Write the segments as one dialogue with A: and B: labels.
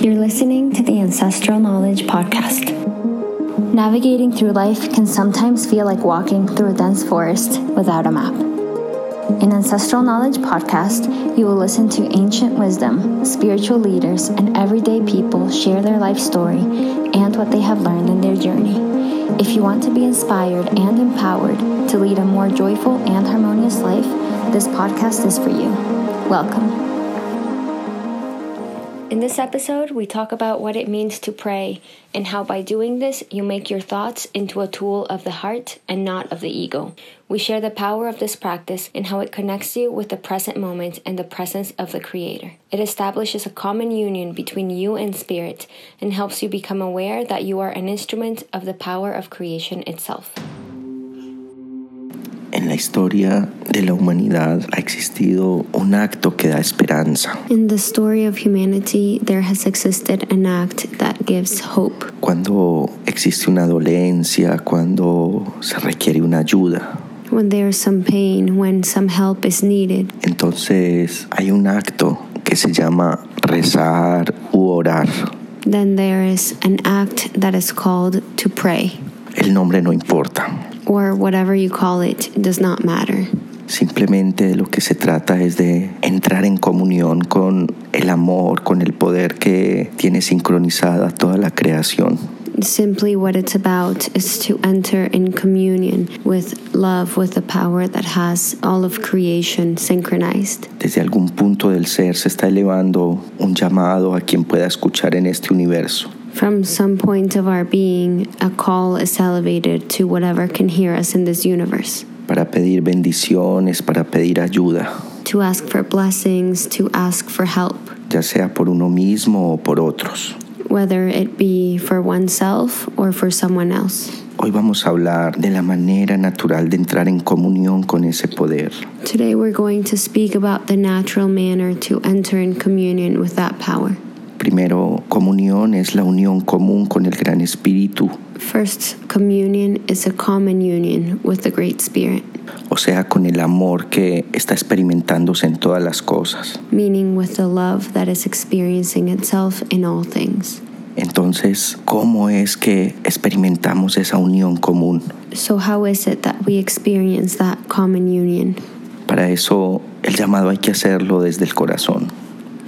A: You're listening to the Ancestral Knowledge Podcast. Navigating through life can sometimes feel like walking through a dense forest without a map. In Ancestral Knowledge Podcast, you will listen to ancient wisdom, spiritual leaders, and everyday people share their life story and what they have learned in their journey. If you want to be inspired and empowered to lead a more joyful and harmonious life, this podcast is for you. Welcome. In this episode, we talk about what it means to pray and how by doing this, you make your thoughts into a tool of the heart and not of the ego. We share the power of this practice and how it connects you with the present moment and the presence of the Creator. It establishes a common union between you and Spirit and helps you become aware that you are an instrument of the power of creation itself.
B: En la historia de la humanidad ha existido un acto que da esperanza.
A: In the story of humanity, there has existed an act that gives hope.
B: Cuando existe una dolencia, cuando se requiere una ayuda.
A: When there is some pain, when some help is needed,
B: Entonces hay un acto que se llama rezar u orar.
A: then there is an act that is called to pray,
B: El nombre no importa.
A: or whatever you call it does not matter.
B: Simplemente lo que se trata es de entrar en comunión con el amor, con el poder que tiene sincronizada toda la creación.
A: Simply, what it's about is to enter in communion with love, with the power that has all of creation synchronized.
B: Desde algún punto del ser se está elevando un llamado a quien pueda escuchar en este universo.
A: From some point of our being, a call is elevated to whatever can hear us in this universe
B: para pedir bendiciones, para pedir ayuda,
A: to ask for blessings, to ask for help,
B: ya sea por uno mismo o por otros.
A: whether it be for oneself or for someone else.
B: Hoy vamos a hablar de la manera natural de entrar en comunión con ese poder.
A: Today, we're going to speak about the natural manner to enter in communion with that power.
B: Primero, comunión es la unión común con el Gran Espíritu,
A: First, communion is a common union with the Great Spirit,
B: o sea, con el amor que está experimentándose en todas las cosas.
A: meaning with the love that is experiencing itself in all things.
B: Entonces, ¿cómo es que experimentamos esa unión común?
A: So, how is it that we experience that common union?
B: Para eso, el llamado hay que hacerlo desde el corazón.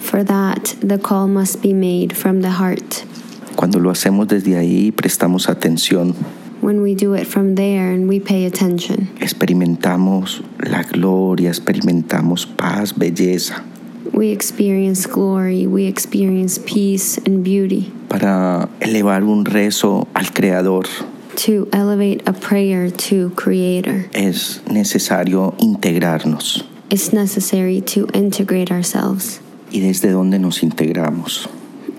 A: For that, the call must be made from the heart.
B: Cuando lo hacemos desde ahí y prestamos atención,
A: When we do it from there and we pay attention,
B: experimentamos la gloria, experimentamos paz, belleza.
A: we experience glory, we experience peace and beauty.
B: Para elevar un rezo al Creador
A: To elevate a prayer to Creator,
B: es necesario integrarnos.
A: it's necessary to integrate ourselves.
B: ¿Y desde dónde nos integramos?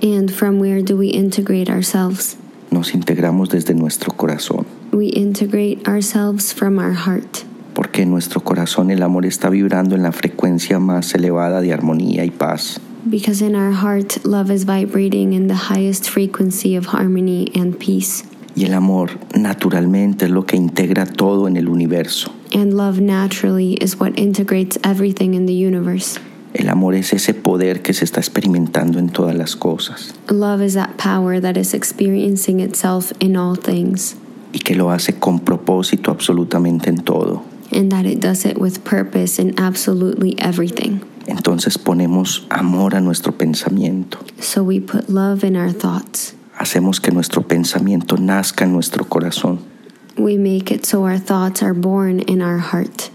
A: And from where do we integrate ourselves?
B: Nos integramos desde nuestro corazón,
A: We integrate ourselves from our heart
B: porque en nuestro corazón el amor está vibrando en la frecuencia más elevada de armonía y paz.
A: because in our heart, love is vibrating in the highest frequency of harmony and peace.
B: Y el amor naturalmente es lo que integra todo en el universo.
A: And love naturally is what integrates everything in the universe.
B: El amor es ese poder que se está experimentando en todas las cosas.
A: Love is that power that is experiencing itself in all things,
B: y que lo hace con propósito absolutamente en todo.
A: and that it does it with purpose in absolutely everything.
B: Entonces ponemos amor a nuestro pensamiento,
A: So we put love in our thoughts.
B: hacemos que nuestro pensamiento nazca en nuestro corazón.
A: We make it so our thoughts are born in our heart.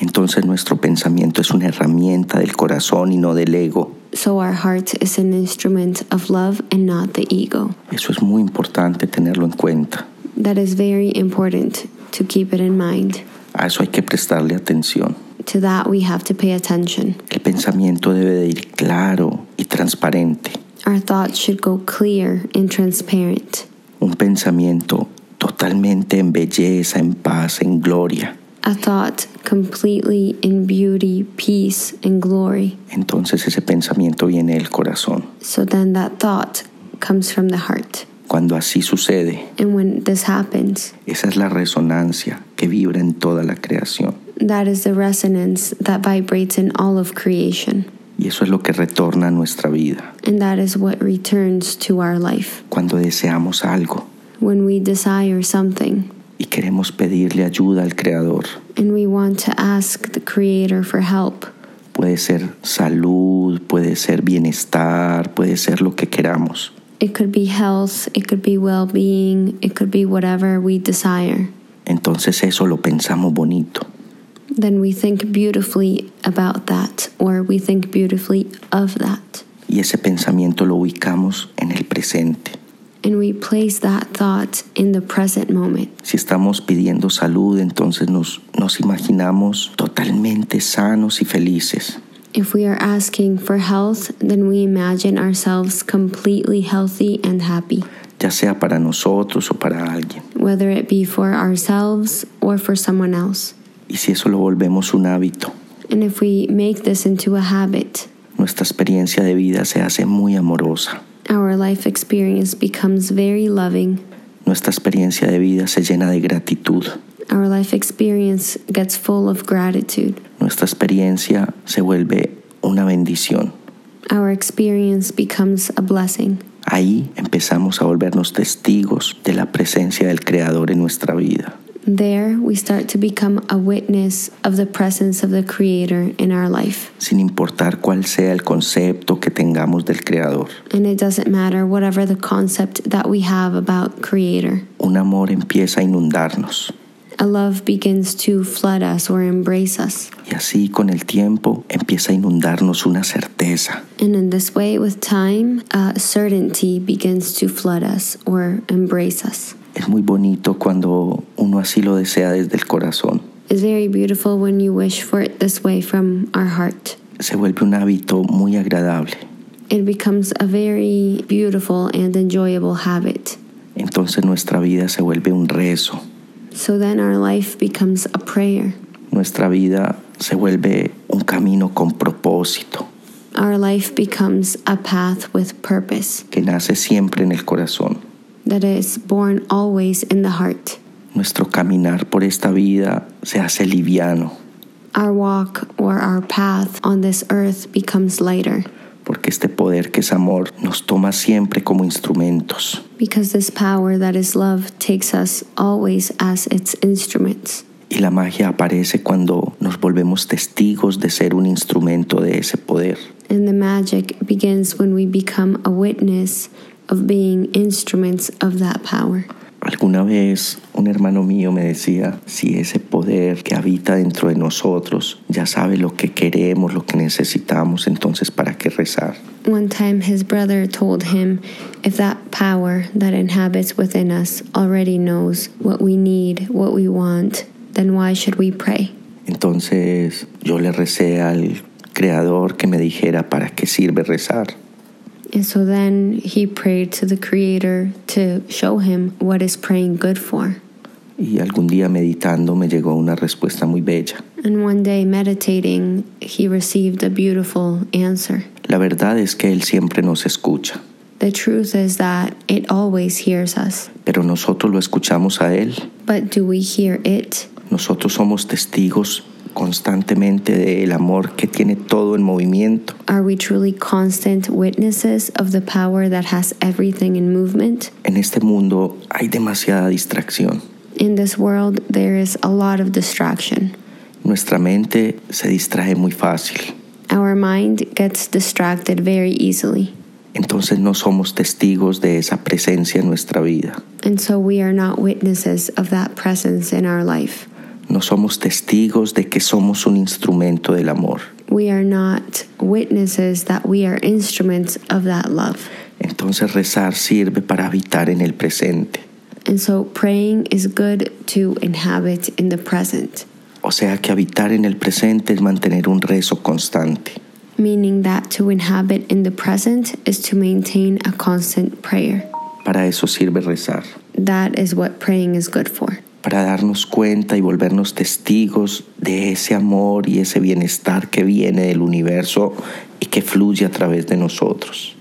B: Entonces nuestro pensamiento es una herramienta del corazón y no del ego.
A: So our heart is an instrument of love and not the ego.
B: Eso es muy importante tenerlo en cuenta.
A: That is very important to keep it in mind.
B: A eso hay que prestarle atención.
A: To that, we have to pay attention.
B: El pensamiento debe de ir claro y transparente.
A: Our thoughts should go clear and transparent.
B: Un pensamiento totalmente en belleza, en paz, en gloria.
A: A thought completely in beauty, peace, and glory.
B: Entonces ese pensamiento viene del corazón.
A: So then that thought comes from the heart.
B: Cuando así sucede,
A: And when this happens,
B: esa es la resonancia que vibra en toda la creación.
A: that is the resonance that vibrates in all of creation.
B: Y eso es lo que retorna a nuestra vida
C: and that is what returns to our life.
B: cuando deseamos algo
C: When we desire something
B: y queremos pedirle ayuda al Creador.
C: and we want to ask the Creator for help,
B: Puede ser salud, puede ser bienestar, puede ser lo que queramos.
C: it could be health, it could be well being, it could be whatever we desire.
B: Entonces eso lo pensamos bonito.
C: Then we think beautifully about that, or we think beautifully of that.
B: Y ese pensamiento lo ubicamos en el presente.
C: And we place that thought in the present moment.
B: Si estamos pidiendo salud, entonces nos, nos imaginamos totalmente sanos y felices.
C: If we are asking for health, then we imagine ourselves completely healthy and happy.
B: ya sea para nosotros o para alguien.
C: whether it be for ourselves or for someone else.
B: Y si eso lo volvemos un hábito,
C: And if we make this into a habit,
B: nuestra experiencia de vida se hace muy amorosa.
C: our life experience becomes very loving.
B: Nuestra experiencia de vida se llena de gratitud.
C: Our life experience gets full of gratitude.
B: Nuestra experiencia se vuelve una bendición.
C: Our experience becomes a blessing.
B: Ahí empezamos a volvernos testigos de la presencia del Creador en nuestra vida.
C: There, we start to become a witness of the presence of the Creator in our life.
B: sin importar cuál sea el concepto que tengamos del Creador.
C: And it doesn't matter whatever the concept that we have about Creator.
B: Un amor empieza a inundarnos
C: A love begins to flood us or embrace us.
B: y así con el tiempo empieza a inundarnos una certeza,
C: And in this way, with time, uh, certainty begins to flood us or embrace us.
B: Es muy bonito cuando uno así lo desea desde el corazón.
C: It's very beautiful when you wish for it this way from our heart.
B: Se vuelve un hábito muy agradable.
C: It becomes a very beautiful and enjoyable habit.
B: Entonces nuestra vida se vuelve un rezo.
C: So then our life becomes a prayer.
B: Nuestra vida se vuelve un camino con propósito
C: Our life becomes a path with purpose
B: que nace siempre en el corazón.
C: that is born always in the heart.
B: Nuestro caminar por esta vida se hace liviano
C: Our walk or our path on this earth becomes lighter
B: porque este poder que es amor nos toma siempre como instrumentos.
C: because this power that is love takes us always as its instruments.
B: Y la magia aparece cuando nos volvemos testigos de ser un instrumento de ese poder.
C: And the magic begins when we become a witness of being instruments of that power.
B: Alguna vez un hermano mío me decía, si ese poder que habita dentro de nosotros ya sabe lo que queremos, lo que necesitamos, entonces ¿para qué rezar?
C: One time, his brother told him if that power that inhabits within us already knows what we need, what we want, then why should we pray?
B: Entonces yo le recé al Creador que me dijera para qué sirve rezar.
C: And so then he prayed to the Creator to show him what is praying good for.
B: Y algún día meditando me llegó una respuesta muy bella.
C: And one day, meditating, he received a beautiful answer.
B: La verdad es que Él siempre nos escucha,
C: The truth is that it always hears us.
B: pero nosotros lo escuchamos a Él.
C: But do we hear it?
B: Nosotros somos testigos constantemente del amor que tiene todo en movimiento.
C: Are we truly constant witnesses of the power that has everything in movement?
B: En este mundo hay demasiada distracción.
C: In this world, there is a lot of distraction.
B: Nuestra mente se distrae muy fácil.
C: Our mind gets distracted very easily,
B: Entonces no somos testigos de esa presencia en nuestra vida.
C: and so we are not witnesses of that presence in our life.
B: No somos testigos de que somos un instrumento del amor.
C: We are not witnesses that we are instruments of that love.
B: Entonces rezar sirve para habitar en el presente.
C: And so praying is good to inhabit in the present.
B: O sea que habitar en el presente es mantener un rezo constante.
C: meaning that to inhabit in the present is to maintain a constant prayer.
B: Para eso sirve rezar.
C: That is what praying is good for,
B: Para darnos cuenta y volvernos testigos de ese amor y ese bienestar que viene del universo y que fluye a través de nosotros.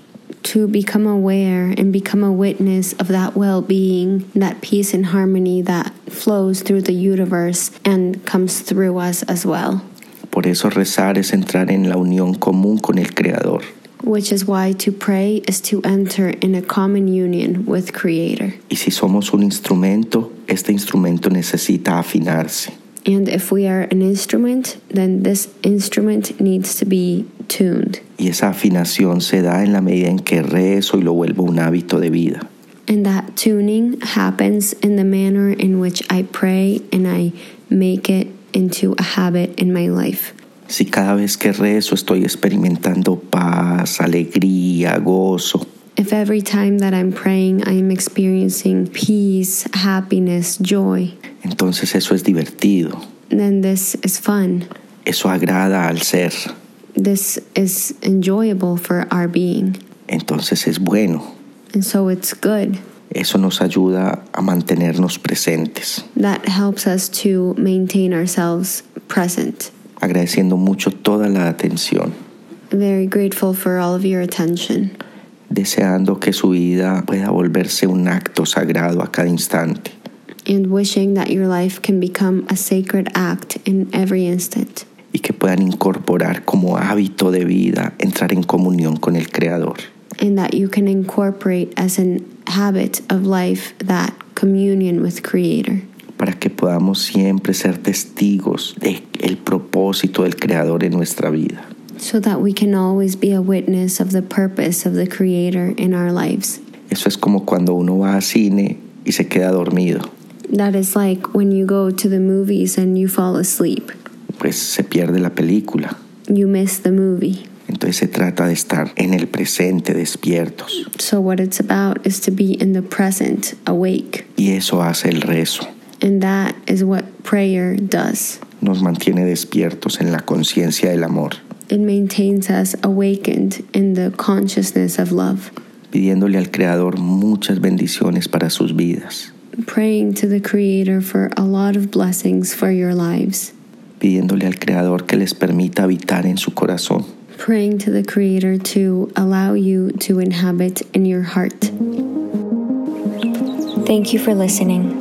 C: to become aware and become a witness of that well being, that peace and harmony that flows through the universe and comes through us as well.
B: Por eso rezar es entrar en la unión común con el Creador.
C: which is why to pray is to enter in a common union with Creator.
B: Y si somos un instrumento, este instrumento necesita afinarse.
C: And if we are an instrument, then this instrument needs to be tuned.
B: Y esa afinación se da en la medida en que rezo y lo vuelvo un hábito de vida.
C: And that tuning happens in the manner in which I pray and I make it into a habit in my life.
B: Si cada vez que rezo estoy experimentando paz, alegría, gozo,
C: If every time that I'm praying, I'm experiencing peace, happiness, joy,
B: entonces eso es divertido,
C: then this is fun.
B: eso agrada al ser,
C: This is enjoyable for our being.
B: entonces es bueno,
C: And so it's good.
B: eso nos ayuda a mantenernos presentes,
C: that helps us to maintain ourselves present.
B: agradeciendo mucho toda la atención,
C: Very grateful for all of your attention.
B: deseando que su vida pueda volverse un acto sagrado a cada instante.
C: And wishing that your life can become a sacred act in every instant
B: y que puedan incorporar como hábito de vida entrar en comunión con el Creador.
C: and that you can incorporate as an habit of life that communion with Creator
B: para que podamos siempre ser testigos del propósito del Creador en nuestra vida.
C: so that we can always be a witness of the purpose of the Creator in our lives.
B: Eso es como cuando uno va a cine y se queda dormido,
C: That is like when you go to the movies and you fall asleep,
B: pues se pierde la película.
C: you miss the movie.
B: Entonces se trata de estar en el presente, despiertos.
C: So, what it's about is to be in the present, awake.
B: Y eso hace el rezo.
C: And that is what prayer does.
B: Nos mantiene despiertos en la conciencia del amor,
C: It maintains us awakened in the consciousness of love,
B: pidiéndole al Creador muchas bendiciones para sus vidas.
C: praying to the Creator for a lot of blessings for your lives,
B: pidiéndole al Creador que les permita habitar en su corazón,
C: praying to the Creator to allow you to inhabit in your heart.
A: Thank you for listening.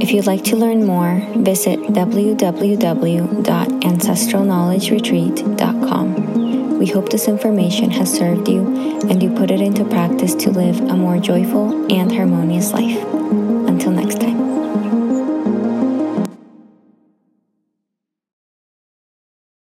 A: If you'd like to learn more, visit www.ancestralknowledgeretreat.com. We hope this information has served you and you put it into practice to live a more joyful and harmonious life.